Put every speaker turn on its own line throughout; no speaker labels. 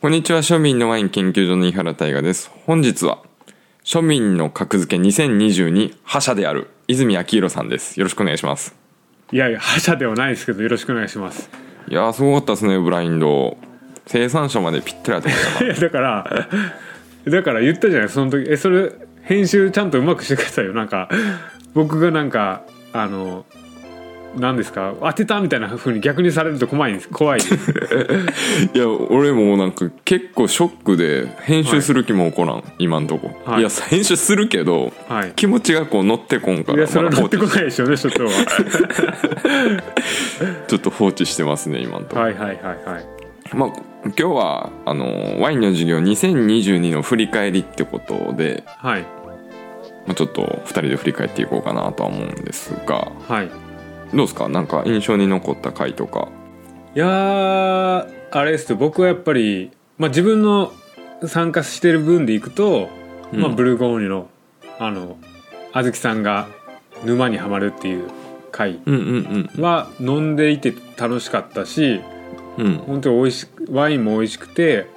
こんにちは庶民のワイン研究所の井原大我です本日は庶民の格付け2022覇者である泉明弘さんですよろしくお願いします
いやいや覇者ではないですけどよろしくお願いします
いやーすごかったですねブラインド生産者までぴったり当てました
いやだからだから言ったじゃないその時えそれ編集ちゃんとうまくしてくださいよなんか僕がなんかあの何ですか当てたみたいな風に逆にされると怖いんです怖いです
いや俺もなんか結構ショックで編集する気も起こらん、今んとこ、、
はいい
や編集するけど、
はい
気持ちがこう乗ってこんか
い
ら
やそれは
まだ
乗
放
ってこ
置
ないでしょうね所長は
ちょっと放置してますね今んとこ、
はいはいはいはい
まあ今日はあのワインの授業2022の振り返りってことで、
はい
まあ、ちょっと2人で振り返っていこうかなとは思うんですが
はい
どうですかなんか印象に残った回とか
いやーあれですと僕はやっぱり、まあ、自分の参加してる分でいくと、まあ、
うん
ブルゴーニュのあのあずきさんが沼にはまるっていう回
うんうん
は飲んでいて楽しかったし
うんうん
本当に美味しくワインも美味しくて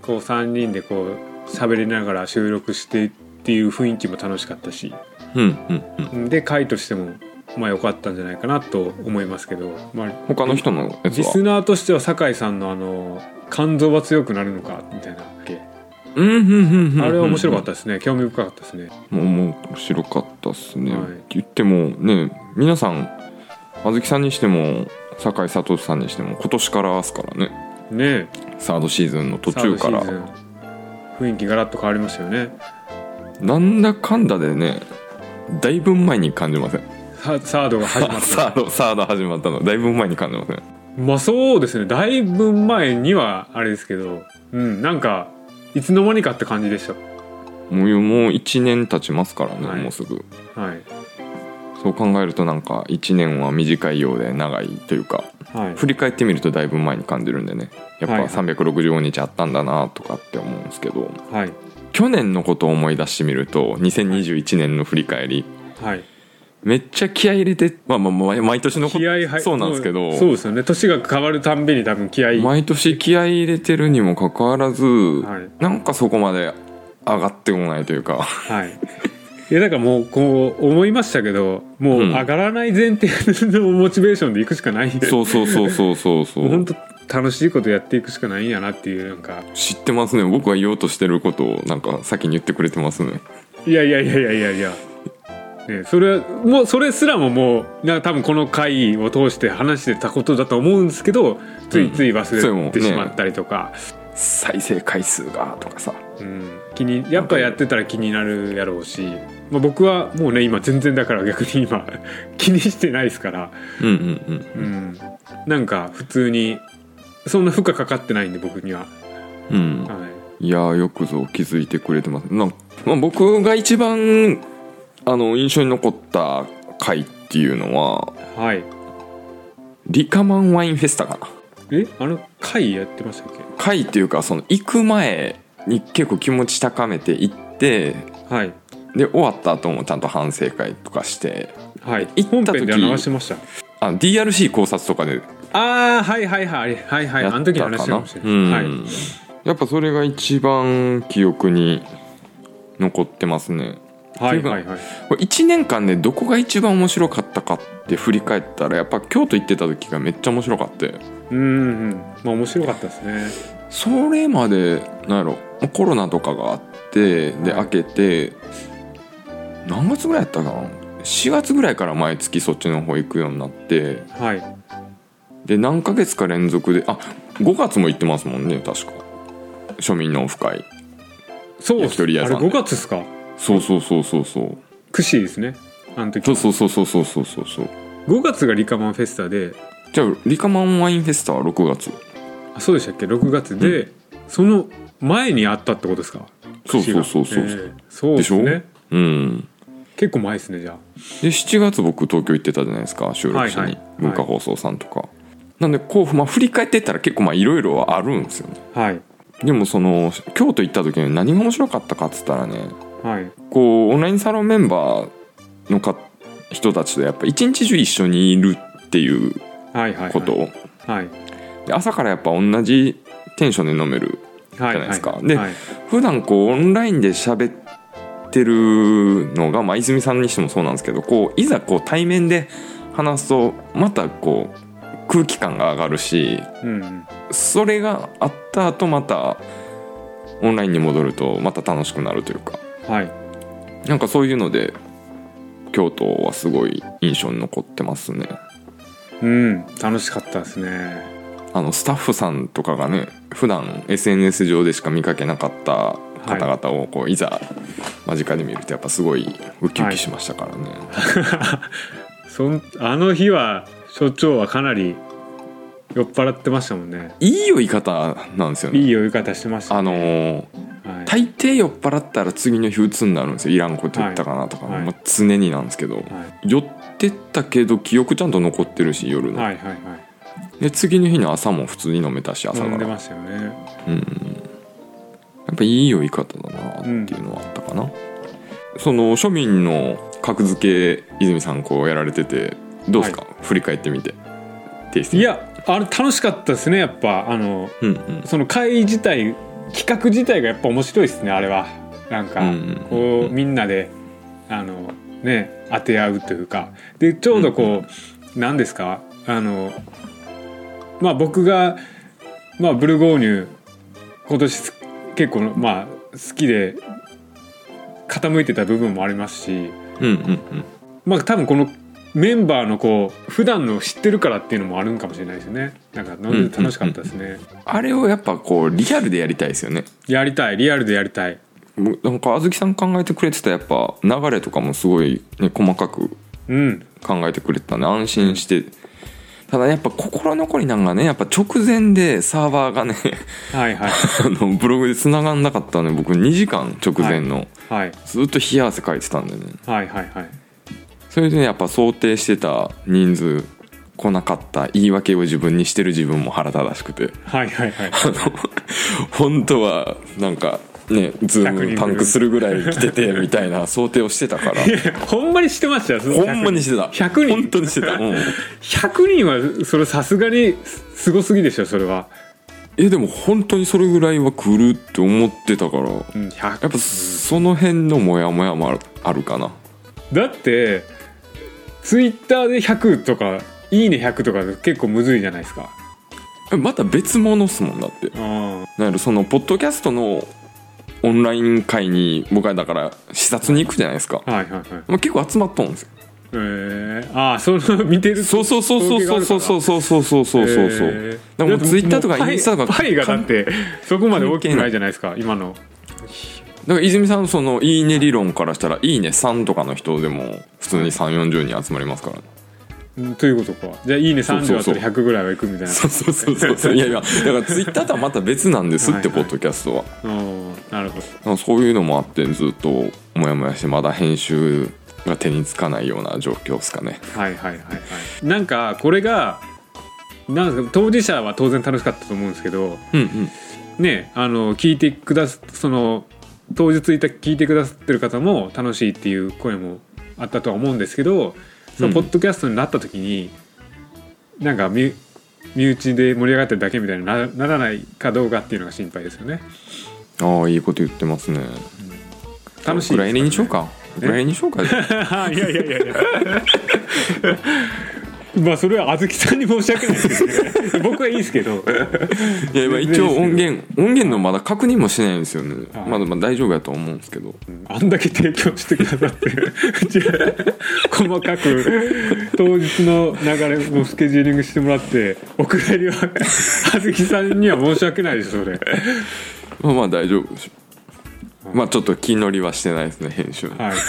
こう3人でこう喋りながら収録してっていう雰囲気も楽しかったし
うんうんうん
で回としてもまあ良かったんじゃないかなと思いますけど、まあ、
他の人のやつ
リス
は
ナーとしては酒井さんのあの肝臓は強くなるのかみたいな
うんうんうんうんうん
あれは面白かったですね興味深かったですね
もう面白かったっすね、
はい
言ってもね皆さんあずきさんにしても酒井聡さんにしても今年からですからね
ね
サードシーズンの
え
途中か
サード
ら
シーズン雰囲気ガラッと変わりましたよね
なんだかんだでねだいぶ前に感じません
ササードが始ま った
サードサード始まったのだいぶ前に感じません
まあそうですねだいぶ前にはあれですけどうんなんかいつの間にかって感じでし
もうもう1年経ちますからね、
はい
もうすぐ
たはい
そう考えるとなんか1年は短いようで長いというか
はい
振り返ってみるとだいぶ前に感じるんでねやっぱ
はいはい
365日あったんだなとかって思うんですけど、
はい
去年のことを思い出してみると2021年の振り返り
はい
めっちゃ気合い入れてまあまあまあ毎年のこ
気合入
とそうなんですけど
もうそうですよね年が変わるたんびに多分気合い
毎年気合い入れてるにもかかわらず、
はい
なんかそこまで上がってこないという か
はい。いやだからもうこう思いましたけどもう
うん
上がらない前提のモチベーションでいくしかないんで、
そうそうそうそうそうそ
もう
う
本当楽しいことやっていくしかないんやなっていうなんか
知ってますね僕が言おうとしてることをなんか先に言ってくれてますね
いやいやいやいやいやいや、ね、それはもうそれすらももうな多分この回を通して話してたことだと思うんですけどついつい
そうも
忘れ
ね
てしまったりとか、
再生回数がとかさ
うん、気にやっぱやってたら気になるやろうし、まあ、僕はもうね今全然だから逆に今気にしてないですから。
うんうん
うん、なんか普通にそんな負荷かかってないんで僕には、
うんうん
はい、
やーよくぞ気づいてくれてますなんまあ、僕が一番あの印象に残った回っていうのはい
はい、
リカマンワインフェスタかな
えあの会やってましたっ
回っていうかその行く前に結構気持ち高めて行って
けはい
で終わった後もちゃんと反省会とかして
はい
行った時
本編では流してました
あ DRC 考察とかで
ああはいはいはいはいはい
や
あ
ったかな
の時の話かもしれない、
うん
はい、
やっぱそれが一番記憶に残ってますね
はいはいはい
これ1年間でどこが一番面白かったかって振り返ったらやっぱ京都行ってた時がめっちゃ面白かって
うんうんまあ面白かったですね
それまでなんやろまあコロナとかがあってで
は
明
い
けて何月ぐらいやったかな4月ぐらいから毎月そっちの方行くようになって
はい
で何ヶ月か連続であ5月も行ってますもんね確か庶民のオフ会
そうっ
焼き鳥
す
屋
あ
さん
れ
で
5月っすか
そうそうそうそうそう
クシーですねあの時
そうそうそうそうそうそうそうそう
5月がリカマンフェスタで
じゃあリカマンワインフェスタは6月
あそうでしたっけ6月で、その前にあったってことですか
そうそうそうそうそう
串がえーそう
で
で
し
す
ょ
ね
うん
結構前ですねじゃ
で7月僕東京行ってたじゃないですか収録しに、
はいはい
文化放送さんとか、なんでこう、まあ、振り返ってったら結構まあいろいろあるんですよね
あはい
でもその京都行った時に何が面白かったかっつったらね
はい
こうオンラインサロンメンバーのか人たちとやっぱ一日中一緒にいるっていう
はいはいはい
こと、
はい
で朝からやっぱ同じテンションで飲める
は
じゃないですか
は
で
はい
普段こうオンラインで喋ってるのが、まあ、泉さんにしてもそうなんですけどこういざこう対面で話すとまたこう空気感が上がるし
うんうん
それがあった後またオンラインに戻るとまた楽しくなるというか
はい
なんかそういうので京都はすごい印象に残ってますね
うん楽しかったですね
あのスタッフさんとかがね普段 SNS 上でしか見かけなかった方々をこういざ間近で見るとやっぱすごいウキウキしましたからね、
そんあの日は所長はかなり酔っ払ってましたもんね
い、い酔い方なんですよね
いい酔い方してました
あ
ね
のー
はい
大抵酔っ払ったら次の日鬱になるんですよいらんこと言ったかなとか、
はいはい
まあ常になんですけど、
は
酔ってったけど記憶ちゃんと残ってるし夜
い
の、
はいはいはい
で次の日の朝も普通に飲めたし朝か
飲んで
ら
ましたよね
やっぱいい酔い方だなっていうのはあったかな、その庶民の格付け泉さんこうやられててどうですか、振り返ってみてテイスティン
い
グ
やあれ楽しかったですねやっぱあの
うんうん
その会自体企画自体がやっぱ面白いですねあれはなんか
うんうん
こうみんなであのね当て合うというかでちょうどこう何ですかあのまあ僕がまあブルゴーニュ今年す結構まあ好きで傾いてた部分もありますし
うんうんうん
まあ多分このメンバーのこう普段の知ってるからっていうのもあるんかもしれないですねなんかなんで楽しかったですね、
あれをやっぱこうリアルでやりたいですよね
やりたいリアルでやりたい
僕なんかあずきさん考えてくれてたやっぱ流れとかもすごい、ね、細かく
うん
考えてくれてたんで安心して、ただやっぱ心残りなんかねやっぱ直前でサーバーがね
はいはい
あのブログで繋がんなかったので僕2時間直前の、
はい
ずっと冷や汗かいてたんでね
はいはいはい
それでねやっぱ想定してた人数来なかった言い訳を自分にしてる自分も腹立たしくて
はいはいはい
あの本当はなんかねズームパンクするぐらい来ててみたいな想定をしてたから
ほんまにしてましたよその
ほんまに
100
してた
100人
本当にしてた、うん、
人はそれさすがにすすごすぎでしょそれは、
えでも本当にそれぐらいは来るって思ってたからやっ
うん、100
ぱその辺のモヤモヤもあるあるかな
だってツイッターで100とか「いいね100」とか結構むずいじゃないですか
えまた別物っすもんだって
うん
だからそのポッドキャストのオンライン会に僕はだから視察に行くじゃないですか、
はいはいはい
まあ、結構集まっとんですよ
えー、ああその見てる
そうそうそうそうそうそうそうそうそうそうそうそう
えー
でも
だって
ツイッターとか
もう
インスタとか
パイパイがだってそこまで大きくないじゃないですか今の
だから泉さんその「いいね」理論からしたら「いいね」3とかの人でも普通に3 4 0人集まりますからね
うんということかじゃあ「いいね」30あったら100ぐらいはいくみたいな
そうそうそうそうそういやいやだからツイッターとはまた別なんですって
はいは
ポ
い
ッドキャストは
うんなるほど
なんかそういうのもあってずっとモヤモヤしてまだ編集が手につかないような状況ですかね
はいはいはいはいなんかこれがなんですか当事者は当然楽しかったと思うんですけど
うんうん
ねあの聞いてくだすその当日いた聞いてくださってる方も楽しいっていう声もあったとは思うんですけどそ
うん
のポッドキャストになった時に、なんか身身内で盛り上がってるだけみたいになならないかどうかっていうのが心配ですよね
ああいいこと言ってますね
楽しいです
ウクライナにしようかウクライナにしようかい
いやいやいやいや まあそれはあずきさんに申し訳ないですけどね僕はいいですけど
やまあ一応音源音源のまだ確認もしてないんですよね
はい
まだまだ大丈夫やと思うんですけど
あんだけ提供してくださってる細かく当日の流れもスケジューリングしてもらって遅れるよあずきさんには申し訳ないですそれはい
まあまあ大丈夫でしょまあちょっと気乗りはしてないですね編集に、
はいはい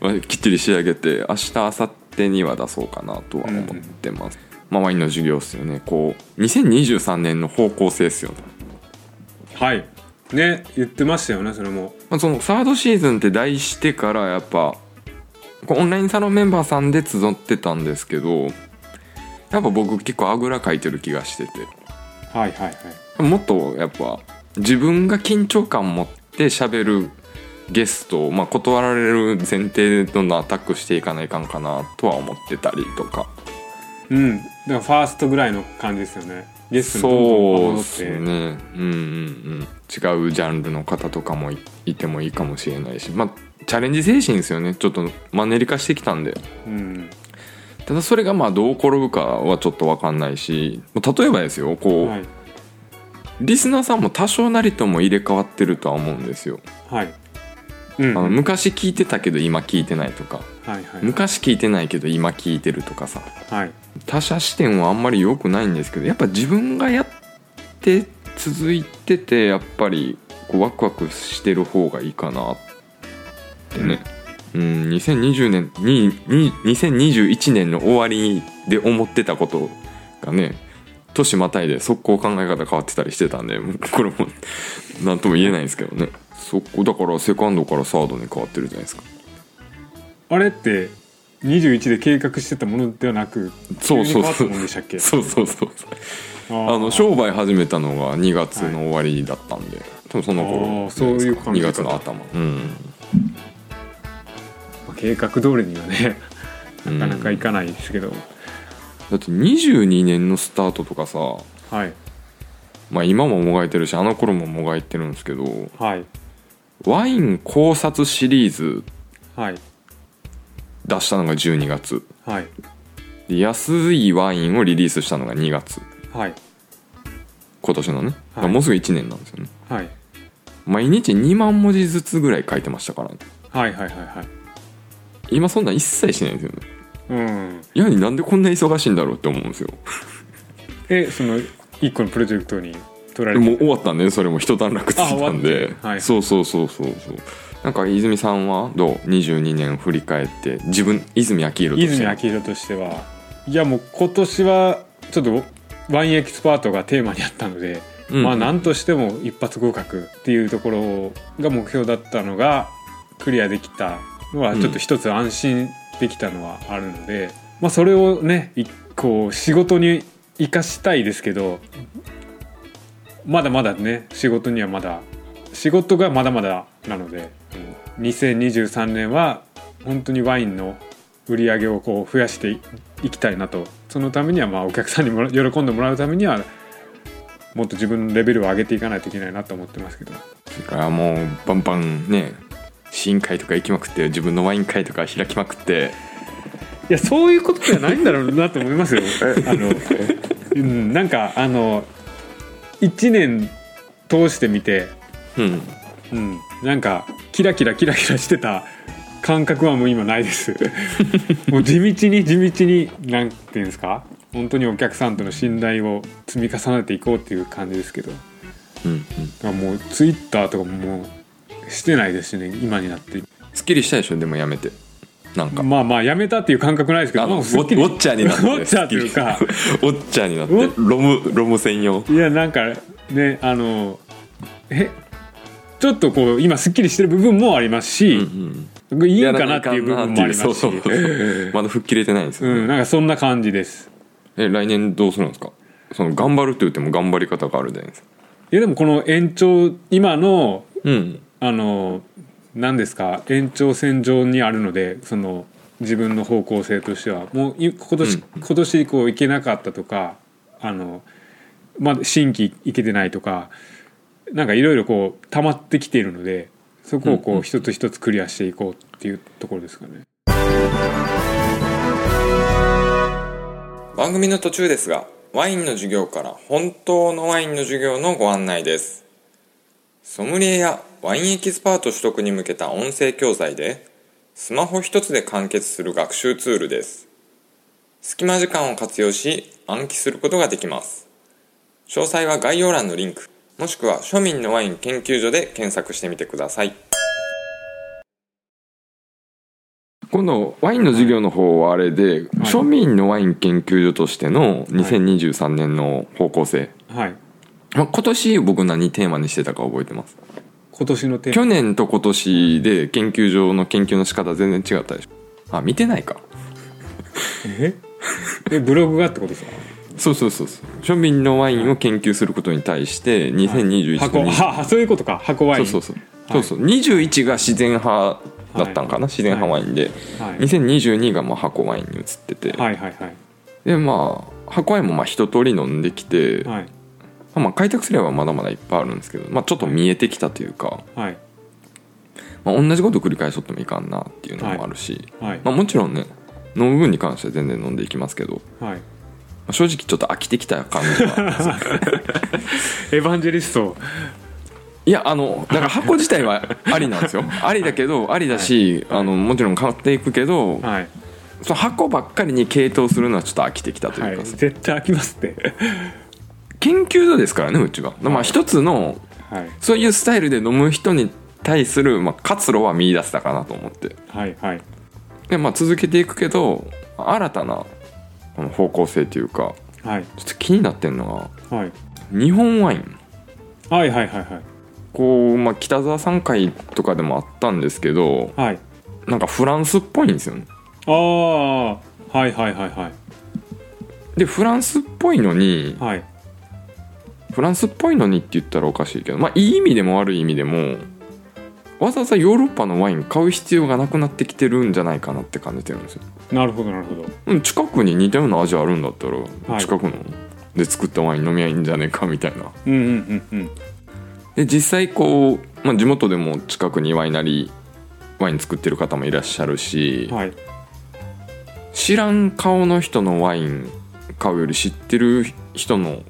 まあ、きっちり仕上げて明日明後日には出そうかなとは思ってます、まあワインの授業っすよねこう2023年の方向性ですよね
はいね言ってましたよねそれも
まあ、そのサードシーズンって題してからやっぱこうオンラインサロンメンバーさんで集ってたんですけどやっぱ僕結構あぐらかいてる気がしてて
はいはいはい
もっとやっぱ自分が緊張感持って喋るゲストを、まあ、断られる前提でどんどんアタックしていかないかんかなとは思ってたりとか
うんだからファーストぐらいの感じですよねゲストに
そう
戻
で
って
すねうんうんうん違うジャンルの方とかもいいてもいいかもしれないしまあチャレンジ精神ですよねちょっとマンネリ化してきたんで
うん
ただそれがまあどう転ぶかはちょっと分かんないしもう例えばですよこう、
はい
リスナーさんも多少なりとも入れ替わってるとは思うんですよ、
はいうん
あの
はい
昔聞いてたけど今聞いてないとか
はい
昔聞いてないけど今聞いてるとかさ
はい
他者視点はあんまり良くないんですけどやっぱ自分がやって続いててやっぱりこうワクワクしてる方がいいかなってね、うん、2020年にに2021年の終わりで思ってたことがね年またいで速攻考え方変わってたりしてたんでもうこれも何とも言えないんですけどねそこだからセカンドからサードに変わってるじゃないですか
あれって21で計画してたものではなく
そうそう
急に変わった
そう
ものでしたっけ
そうそうそうそう
あ
あの商売始めたのが2月の終わりだったんで、多分その
あー
頃
そういう感じ
2
か
月の頭うん
まあ計画通りにはねなかなかいかないですけど、
だって22年のスタートとかさ
はい
まあ今ももがいてるしあの頃ももがいてるんですけど
はい
ワイン考察シリーズ
はい
出したのが12月
はい
で安いワインをリリースしたのが2月
はい
今年のね、だから
はい
もうすぐ1年なんですよね
はい
毎日2万文字ずつぐらい書いてましたから、
はいはいはいはい
今そんなん一切しないんですよね
うん
いやなんでこんな忙しいんだろうって思うんですよ
えその一個のプロジェクトに取られ
で
て
もう終わったんでねそれも一段落ついたん
あ終わ
で
っ、てはい
そうそうそうそうそうなんか泉さんはどう22年振り返って自分泉明宏として
泉明宏としてはいやもう今年はちょっとワインエキスパートがテーマにあったので、
うん
まあ何としても一発合格っていうところが目標だったのがクリアできたのは
うん
ちょっと一つ安心できたのはあるので、まあそれをねいこう仕事に生かしたいですけどまだまだね仕事にはまだ仕事がまだまだなので、うん2023年は本当にワインの売り上げをこう増やしていいきたいなとそのためにはまあお客さんにもら喜んでもらうためにはもっと自分のレベルを上げていかないといけないなと思ってますけど
それからもうバンバンね試飲会とか行きまくって自分のワイン会とか開きまくって
いやそういうことじゃないんだろうなと思います よあの、うん、なんかあの1年通してみて
うん
うん、なんかキラキラキラキラしてた感覚はもう今ないです もう地道に地道になんていうんですか本当にお客さんとの信頼を積み重ねていこうっていう感じですけどだ
うんうん
からもうツイッターとかももうしてないですしね今になって
すっきりしたでしょでもやめてなんか
まあまあやめたっていう感覚ないですけ
あ
ど
の
も
ウ
う
ォ
すっ
ッ
き
ウ
り
ォッチャーになって
ウォッチャーというか
すっきり ウォッチャーになってロムロム専用
いやなんかねあのえちょっとこう今すっきりしてる部分もあります
うんう
し、
ん
いいんかなっていう部分もありますし
そうそう そうまだ吹っ切れてないんですよ、ね
うんなんかそんな感じです
え来年どうするんですかその頑張るって言っても頑張り方があるじゃないですか
いやでもこの延長今の
うん
あの何ですか延長線上にあるのでその自分の方向性としてはもうい今年、今年こう行けなかったとかあのまだ新規行けてないとかなんかいろいろこう溜まってきているのでそこを
うん
こ
う
う一つ一つクリアしていこうっていうところですかね。
番組の途中ですがワインの授業から本当のワインの授業のご案内ですソムリエやワインエキスパート取得に向けた音声教材でスマホ一つで完結する学習ツールです隙間時間を活用し暗記することができます詳細は概要欄のリンクもしくは庶民のワイン研究所で検索してみてください今度ワインの授業の方はあれで、庶民のワイン研究所としての2023年の方向性、
はい
まあ、今年僕何テーマにしてたか覚えてます
今年のテー
去年と今年で研究所の研究の仕方全然違ったでしょあ見てないか
マえ えブログがってことですか
そうそうそうそう庶民のワインを研究することに対して2021
箱
年
はそういうことか箱ワイ
そう
ン
そうそう
は
そ
いう
そう21が自然派だったんかな、自然派ワインで、
はい
2022がまあ箱ワインに移ってて、
はいはいはい
でまあ箱ワインもまあ一通り飲んできて、ま
はい
あまあ開拓すればまだまだいっぱいあるんですけど、まあ、ちょっと見えてきたというか、
はい
まあ、同じこと繰り返しとってもいかんなっていうのもあるし、
はい
まあ、もちろんね飲む分に関しては全然飲んでいきますけど、ま
はい
あ正直ちょっと飽きてきた感じは
エヴァンジェリスト
いやあのだから箱自体はありなんですよ ありだけどありだし、あのもちろん買っていくけど、
はい
その箱ばっかりに系統するのはちょっと飽きてきたと
は
いうか、
い絶対飽きますって
研究所ですからねうちは、まあ、一つの
はい
そういうスタイルで飲む人に対する、まあ、活路は見出せたかなと思って
はいはい
で、まあ、続けていくけど新たなこの方向性というか
はい
ちょっと気になってんのが
はい
日本ワイン
はいはいはいはい
こう、まあ、北沢さん会とかでもあったんですけど
はい
なんかフランスっぽいんですよね
ああはいはいはいはい
でフランスっぽいのに
はい
フランスっぽいのにって言ったらおかしいけどまあいい意味でも悪い意味でもわざわざヨーロッパのワイン買う必要がなくなってきてるんじゃないかなって感じてるんですよ、
なるほどなるほど
うん、近くに似たような味あるんだったら、
はい
近くので作ったワイン飲みゃいいんじゃねえかみたいな
うんうんうんうん
で実際こう、まあ、地元でも近くにワイナリーワイン作ってる方もいらっしゃるし、
はい
知らん顔の人のワイン買うより知ってる人の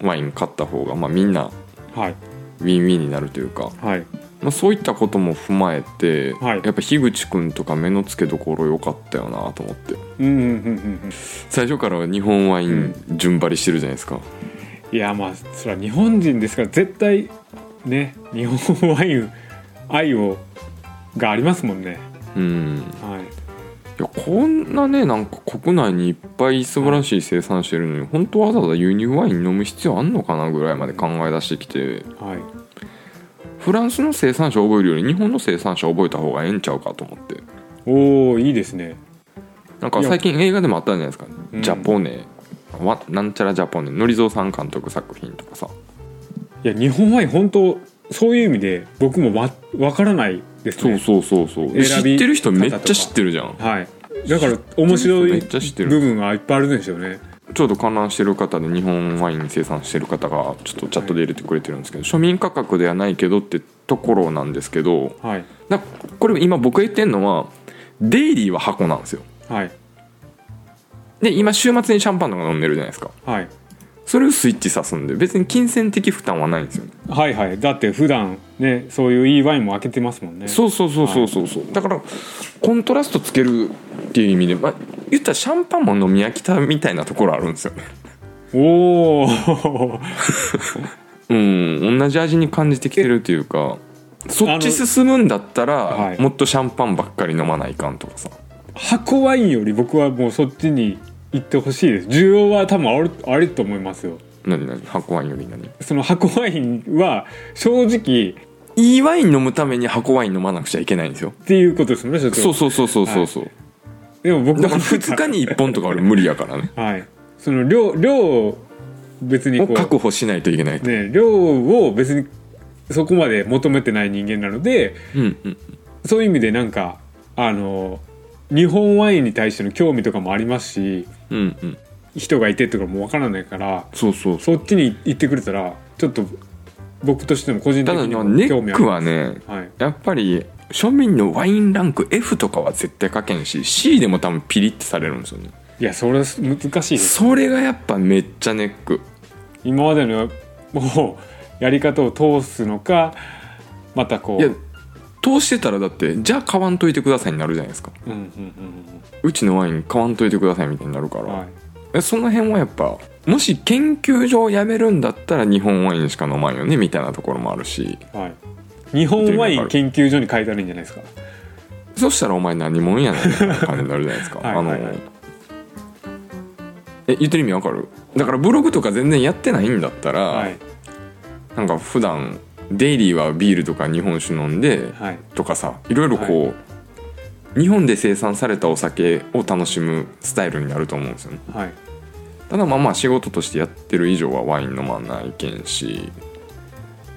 ワイン買った方が、まあ、みんな
はい
ウィンウィンになるというか、
はい
まあ、そういったことも踏まえて、
はい
やっぱ樋口くんとか目の付けどころ良かったよなと思って
うんうんうんうんうん
最初から日本ワイン順張りしてるじゃないですか、
いやまあそれは日本人ですから絶対ね日本ワイン愛をがありますもんね
うん、
はい
いやこんなねなんか国内にいっぱい素晴らしい生産してるのに本当わざわざ輸入ワイン飲む必要あんのかなぐらいまで考え出してきて
はい
フランスの生産者を覚えるより日本の生産者を覚えた方がええんちゃうかと思って
おおいいですね
なんか最近映画でもあったじゃないですか「
うん
ジャポネ」わなんちゃらジャポネ」のりぞうさん監督作品とかさ
いや日本ワイン本当そういう意味で僕もわわからないです
そう
ね
そうそうそうで知
選
っ
び
てる人めっちゃ知ってるじゃん
はいだから面白
め
い
っちゃ知って
部
る
分がいっぱいあるんですよね
ちょうど観覧してる方で日本ワイン生産してる方がちょっとチャットで入れてくれてるんですけど、庶民価格ではないけどってところなんですけど
はい
だこれ今僕が言ってるのはデイリーは箱なんですよ
はい
で今週末にシャンパンとか飲んでるじゃないですか
はい
それをスイッチさすんで別に金銭的負担はないんですよね
はいはいだって普段ねそういういいワインも開けてますもんね
そうそうそうそうそうそうだからコントラストつけるっていう意味で、まあ、言ったらシャンパンも飲み飽きたみたいなところあるんですよね
おお
うん同じ味に感じてきてるというかそっち進むんだったら、
はい
もっとシャンパンばっかり飲まないかんとかさ
箱ワインより僕はもうそっちに行ってほしいです需要は多分あるあると思いますよ
何何箱ワインより何
その箱ワインは正直
いいワイン飲むために箱ワイン飲まなくちゃいけないんですよ
っていうことですもんね所長
そうそうそうそうそうそう、
でも僕
だ
は
か
なん
ら
か
2日に1本とか俺無理やからね
はいその量量を別に
を
こう
確保しないといけないと
ね、量を別にそこまで求めてない人間なので
うんうん
そういう意味でなんかあの日本ワインに対しての興味とかもありますし
うんうん
人がいてとかもわからないから
そうそうそう
そっちに行ってくれたらちょっと僕としても個人的
ただ
に
まあ
も
ネ
興味
ッ
ある
クはね
はい
やっぱり庶民のワインランク F とかは絶対書けんし C でも多分ピリってされるんですよね
いやそれは難しいです
それがやっぱめっちゃネック
今までのもうやり方を通すのかまたこ
いうや通してたらだってじゃあ買わんといてくださいになるじゃないですか
うんうんうん
うちのワイン買わんといてくださいみたいになるか
うんは
ら、
い
えその辺はやっぱもし研究所を辞めるんだったら日本ワインしか飲まんよねみたいなところもあるし
はい日本ワイン研究所に書いてあるんじゃないですか
そしたらお前何者やねんみたいな感じになるじゃないですか
はい
あの
はいはい
え言ってる意味わかるだからブログとか全然やってないんだったら、
はい
なんか普段デイリーはビールとか日本酒飲んで、
はい
とかさいろいろこう、日本で生産されたお酒を楽しむスタイルになると思うんですよね
はい
ただまあまあ仕事としてやってる以上はワイン飲まないけんし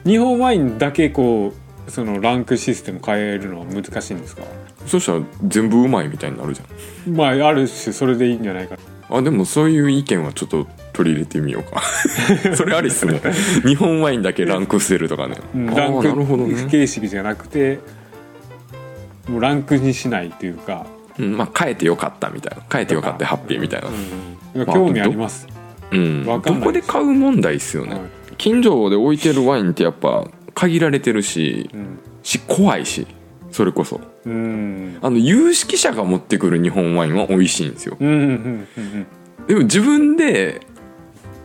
日本ワインだけこうそのランクシステム変えるのは難しいんですか
そしたら全部うまいみたいになるじゃん
まあある種それでいいんじゃないか
あでもそういう意見はちょっと取り入れてみよう かそれありっすね日本ワインだけランク伏せるとかね、
うん
あー
ラン
なるほど
ク
ね
不形式じゃなくてもうランクにしないというか、
うんまあ変えてよかったみたいな変えてよかったハッピーみたいな
うん興味あります、
うん
わ
ど
かんな
こ
いです
で買う問題っすよね、
はい
近所で置いてるワインってやっぱ限られてるし
うん
し怖いしそれこそ
うん
あの有識者が持ってくる日本ワインは美味しいんですよ
うんうんうんうん
でも自分で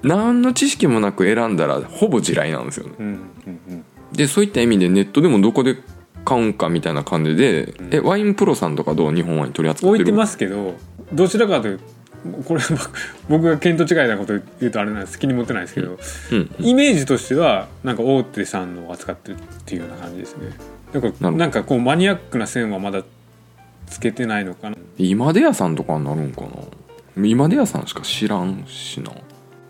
何の知識もなく選んだらほぼ地雷なんですよね
うんうんうん
でそういった意味でネットでもどこで買うんかみたいな感じで、えワインプロさんとかどう日本ワイン取り扱って
置
る
いてますけどどちらかというとこれ僕僕が見当違いなこと言うとあれなんです気に持ってないですけど、
うん
イメージとしてはなんか大手さんのを扱ってるっていうような感じですねだか
ほど
らなんかこうマニアックな線はまだつけてないのかな
今出屋さんとかになるんかな今出屋さんしか知らんしな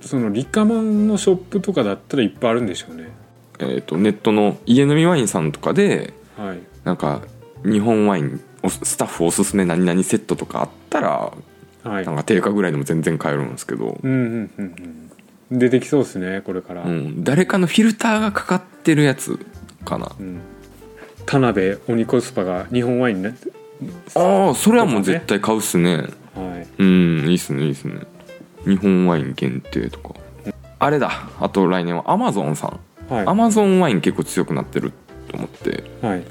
そのリカマンのショップとかだったらいっぱいあるんでしょうね
えっ、とネットの家飲みワインさんとかで
はい
なんか日本ワインおスタッフおすすめ何々セットとかあったら
はい
なんか定価ぐらいでも全然買えるんですけど、
うんうんうんうん出てきそうですねこれから、
うん、誰かのフィルターがかかってるやつかな
うん田辺鬼コスパが日本ワインになって
ああそれはもう絶対買うっすね
はい
うんいいっすねいいっすね日本ワイン限定とかあれだあと来年はアマゾンさんア
は
マゾンワイン結構強くなってると思って
いはい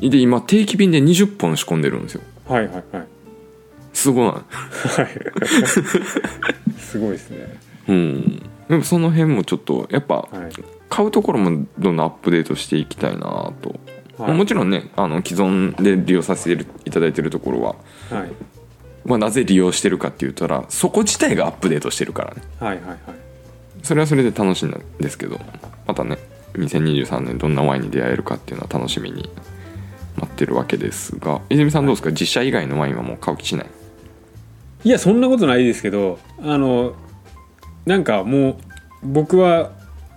で今定期便で20本仕込んでるんですよ
はいはいはい
すごない
はい。すごいですね。
うんでもその辺もちょっとやっぱ
はい。
買うところもどんどんアップデートしていきたいなと、まあも
は
ちろんねあの既存で利用させていただいてるところは、
い。はい。
まあ、なぜ利用してるかって言ったらそこ自体がアップデートしてるからね
はい。はい。
それはそれで楽しいんですけどまたね2023年どんなワインに出会えるかっていうのは楽しみに待ってるわけですが泉さんどうですか、自社以外のワインはもう買う気しない
いや、そんなことないですけど、あの。なんかもう。僕は。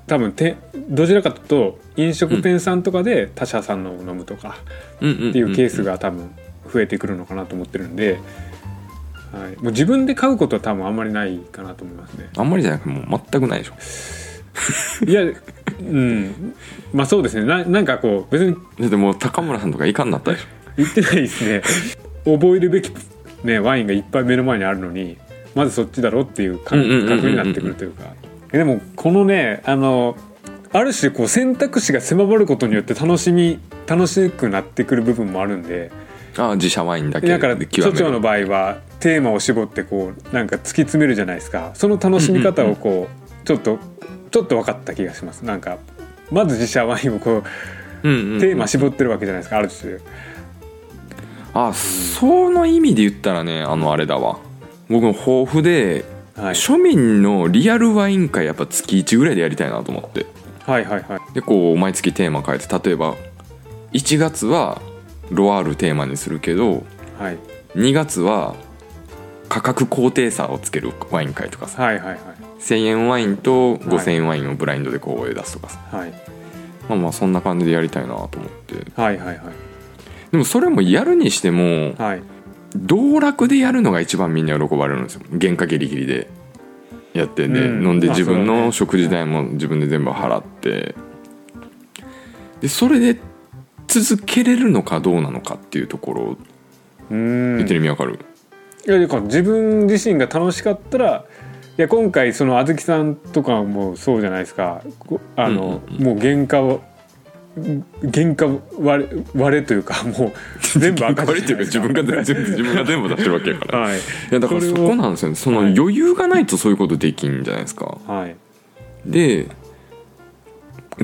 多分てどちらかというと飲食店さんとかで他社さんのを飲むとか
うんうんうん
っていうケースが多分増えてくるのかなと思ってるんで、はい、もう自分で買うことは多分あんまりないかなと思いますね。
あんまりじゃなくてもう全くないでしょ
いやうんまあそうですねななんかこう別に
だってもう高村さんとかいかんなったでしょ
言ってないですね覚えるべき、ね、ワインがいっぱい目の前にあるのにまずそっちだろっていう感
うんうんうんうんうん
覚になってくるというかえでもこのねあのある種こう選択肢が狭まることによって楽しみ楽しくなってくる部分もあるんで
ああ自社ワインだけ
だから
で極
著
める
長の場合はテーマを絞ってこうなんか突き詰めるじゃないですかその楽しみ方をこうちょっとちょっと分かった気がしますなんかまず自社ワインをこ
う
う
んうんうん
テーマ絞ってるわけじゃないですかある種
ああその意味で言ったらねあのあれだわ僕も抱負で、
はい
庶民のリアルワイン会やっぱ月1ぐらいでやりたいなと思って
はいはいはい
でこう毎月テーマ変えて例えば1月はロアールテーマにするけど
はい
2月は価格高低差をつけるワイン会とかさ
はいはいはい
1,000円ワインと5,000円ワインをブラインドでこう出すとかさ、
はい
まあまあそんな感じでやりたいなと思って
はいはいは
でもそれもやるにしても
いはい
道楽でやるのが一番みんな喜ばれるんですよ原価ギリギリでやってで、
うん
飲んで
まあ
自分
そうだ
の
ね
食事代も自分で全部払ってでそれで続けれるのかどうなのかっていうところ
うーん
言ってる意味わかる、
いやだから自分自身が楽しかったらいや今回そのあずきさんとかもそうじゃないですかこあの、もう原価を原価割れ割れというかもう全部赤
バ
字
レてる
じ
自
ゃない
分
で
が全部自分が全部出してるわけやか
す
ら
かは
い
い
やだから
それ
そ
を
こなんですよねその
はい
余裕がないとそういうことできんじゃないですか
はい
で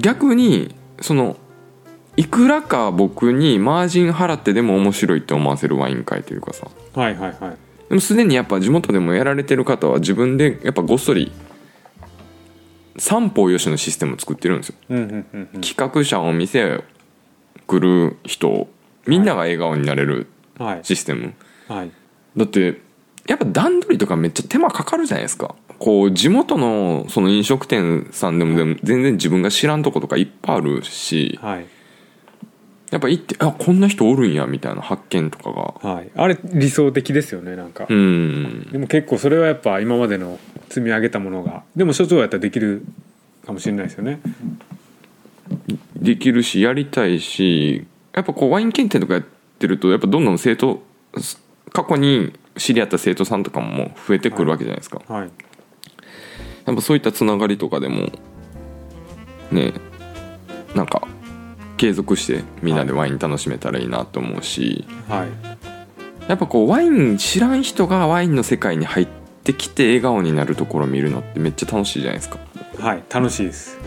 逆にそのいくらか僕にマージン払ってでも面白いって思わせるワイン会というかさ
はいはいはい
でもすでにやっぱ地元でもやられてる方は自分でやっぱごっそり三方よしのシステムを作ってるんですよ
うんうんうんうん
企画者お店来る人みんなが笑顔になれる
はい
システム
はい
だってやっぱ段取りとかめっちゃ手間かかるじゃないですかこう地元のその飲食店さんでもでも全然自分が知らんとことかいっぱいあるし
はい
やっぱ行ってあこんな人おるんやみたいな発見とかが
はい、あれ理想的ですよねなんか、
うん
でも結構それはやっぱ今までの積み上げたものがでも所長やったらできるかもしれないですよね
できるしやりたいしやっぱこうワイン検定とかやってるとやっぱどんどん生徒過去に知り合った生徒さんとかも増えてくるわけじゃないですか、
はい
やっぱそういったつながりとかでもねなんか継続してみんなでワイン楽しめたらいいなと思うし、
はい
やっぱこうワイン知らん人がワインの世界に入ってきて笑顔になるところを見るのってめっちゃ楽しいじゃないですか、
はい楽しいです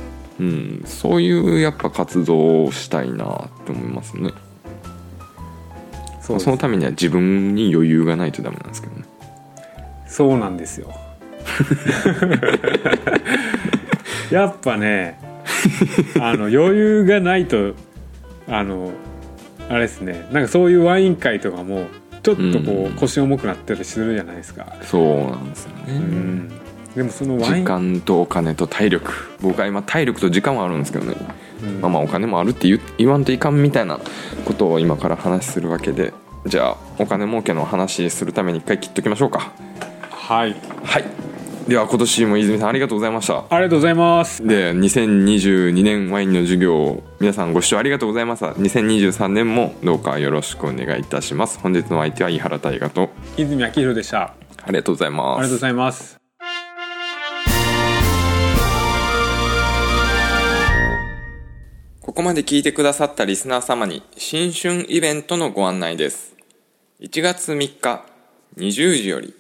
うん、そういうやっぱ活動をしたいなと思いますね
そ
そう
です
のためには自分に余裕がないとダメなんですけどね
そうなんで すよやっぱねあの余裕がないとあのあれですねなんかそういうワイン会とかもちょっとこ
うん
う腰重くなったりするじゃないですか、
そうなんですよね、
うん、でもそのワイ
時
ン
間とお金と体力僕は今体力と時間はあるんですけどね
うん
まあまあお金もあるって言う言わんといかんみたいなことを今から話するわけでじゃあお金儲けの話するために一回切っときましょうか
はい
はいでは今年も泉さんありがとうございました
ありがとうございます。
で2022年ワインの授業皆さんご視聴ありがとうございました2023年もどうかよろしくお願いいたします本日のお相手は井原大河と
泉明宏でした。あ
ありがとうござい
り
ま
がとう
す
ございます。
ここまで聞いてくださったリスナー様に新春イベントのご案内です。1月3日20時より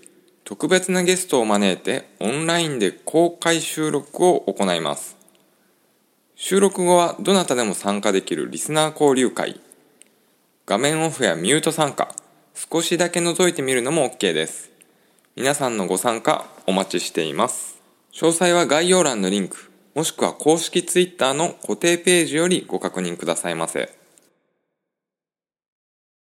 特別なゲストを招いてオンラインで公開収録を行います。収録後はどなたでも参加できるリスナー交流会。画面オフやミュート参加、少しだけ覗いてみるのも OK です。皆さんのご参加お待ちしています。詳細は概要欄のリンク、もしくは公式 Twitter の固定ページよりご確認くださいませ。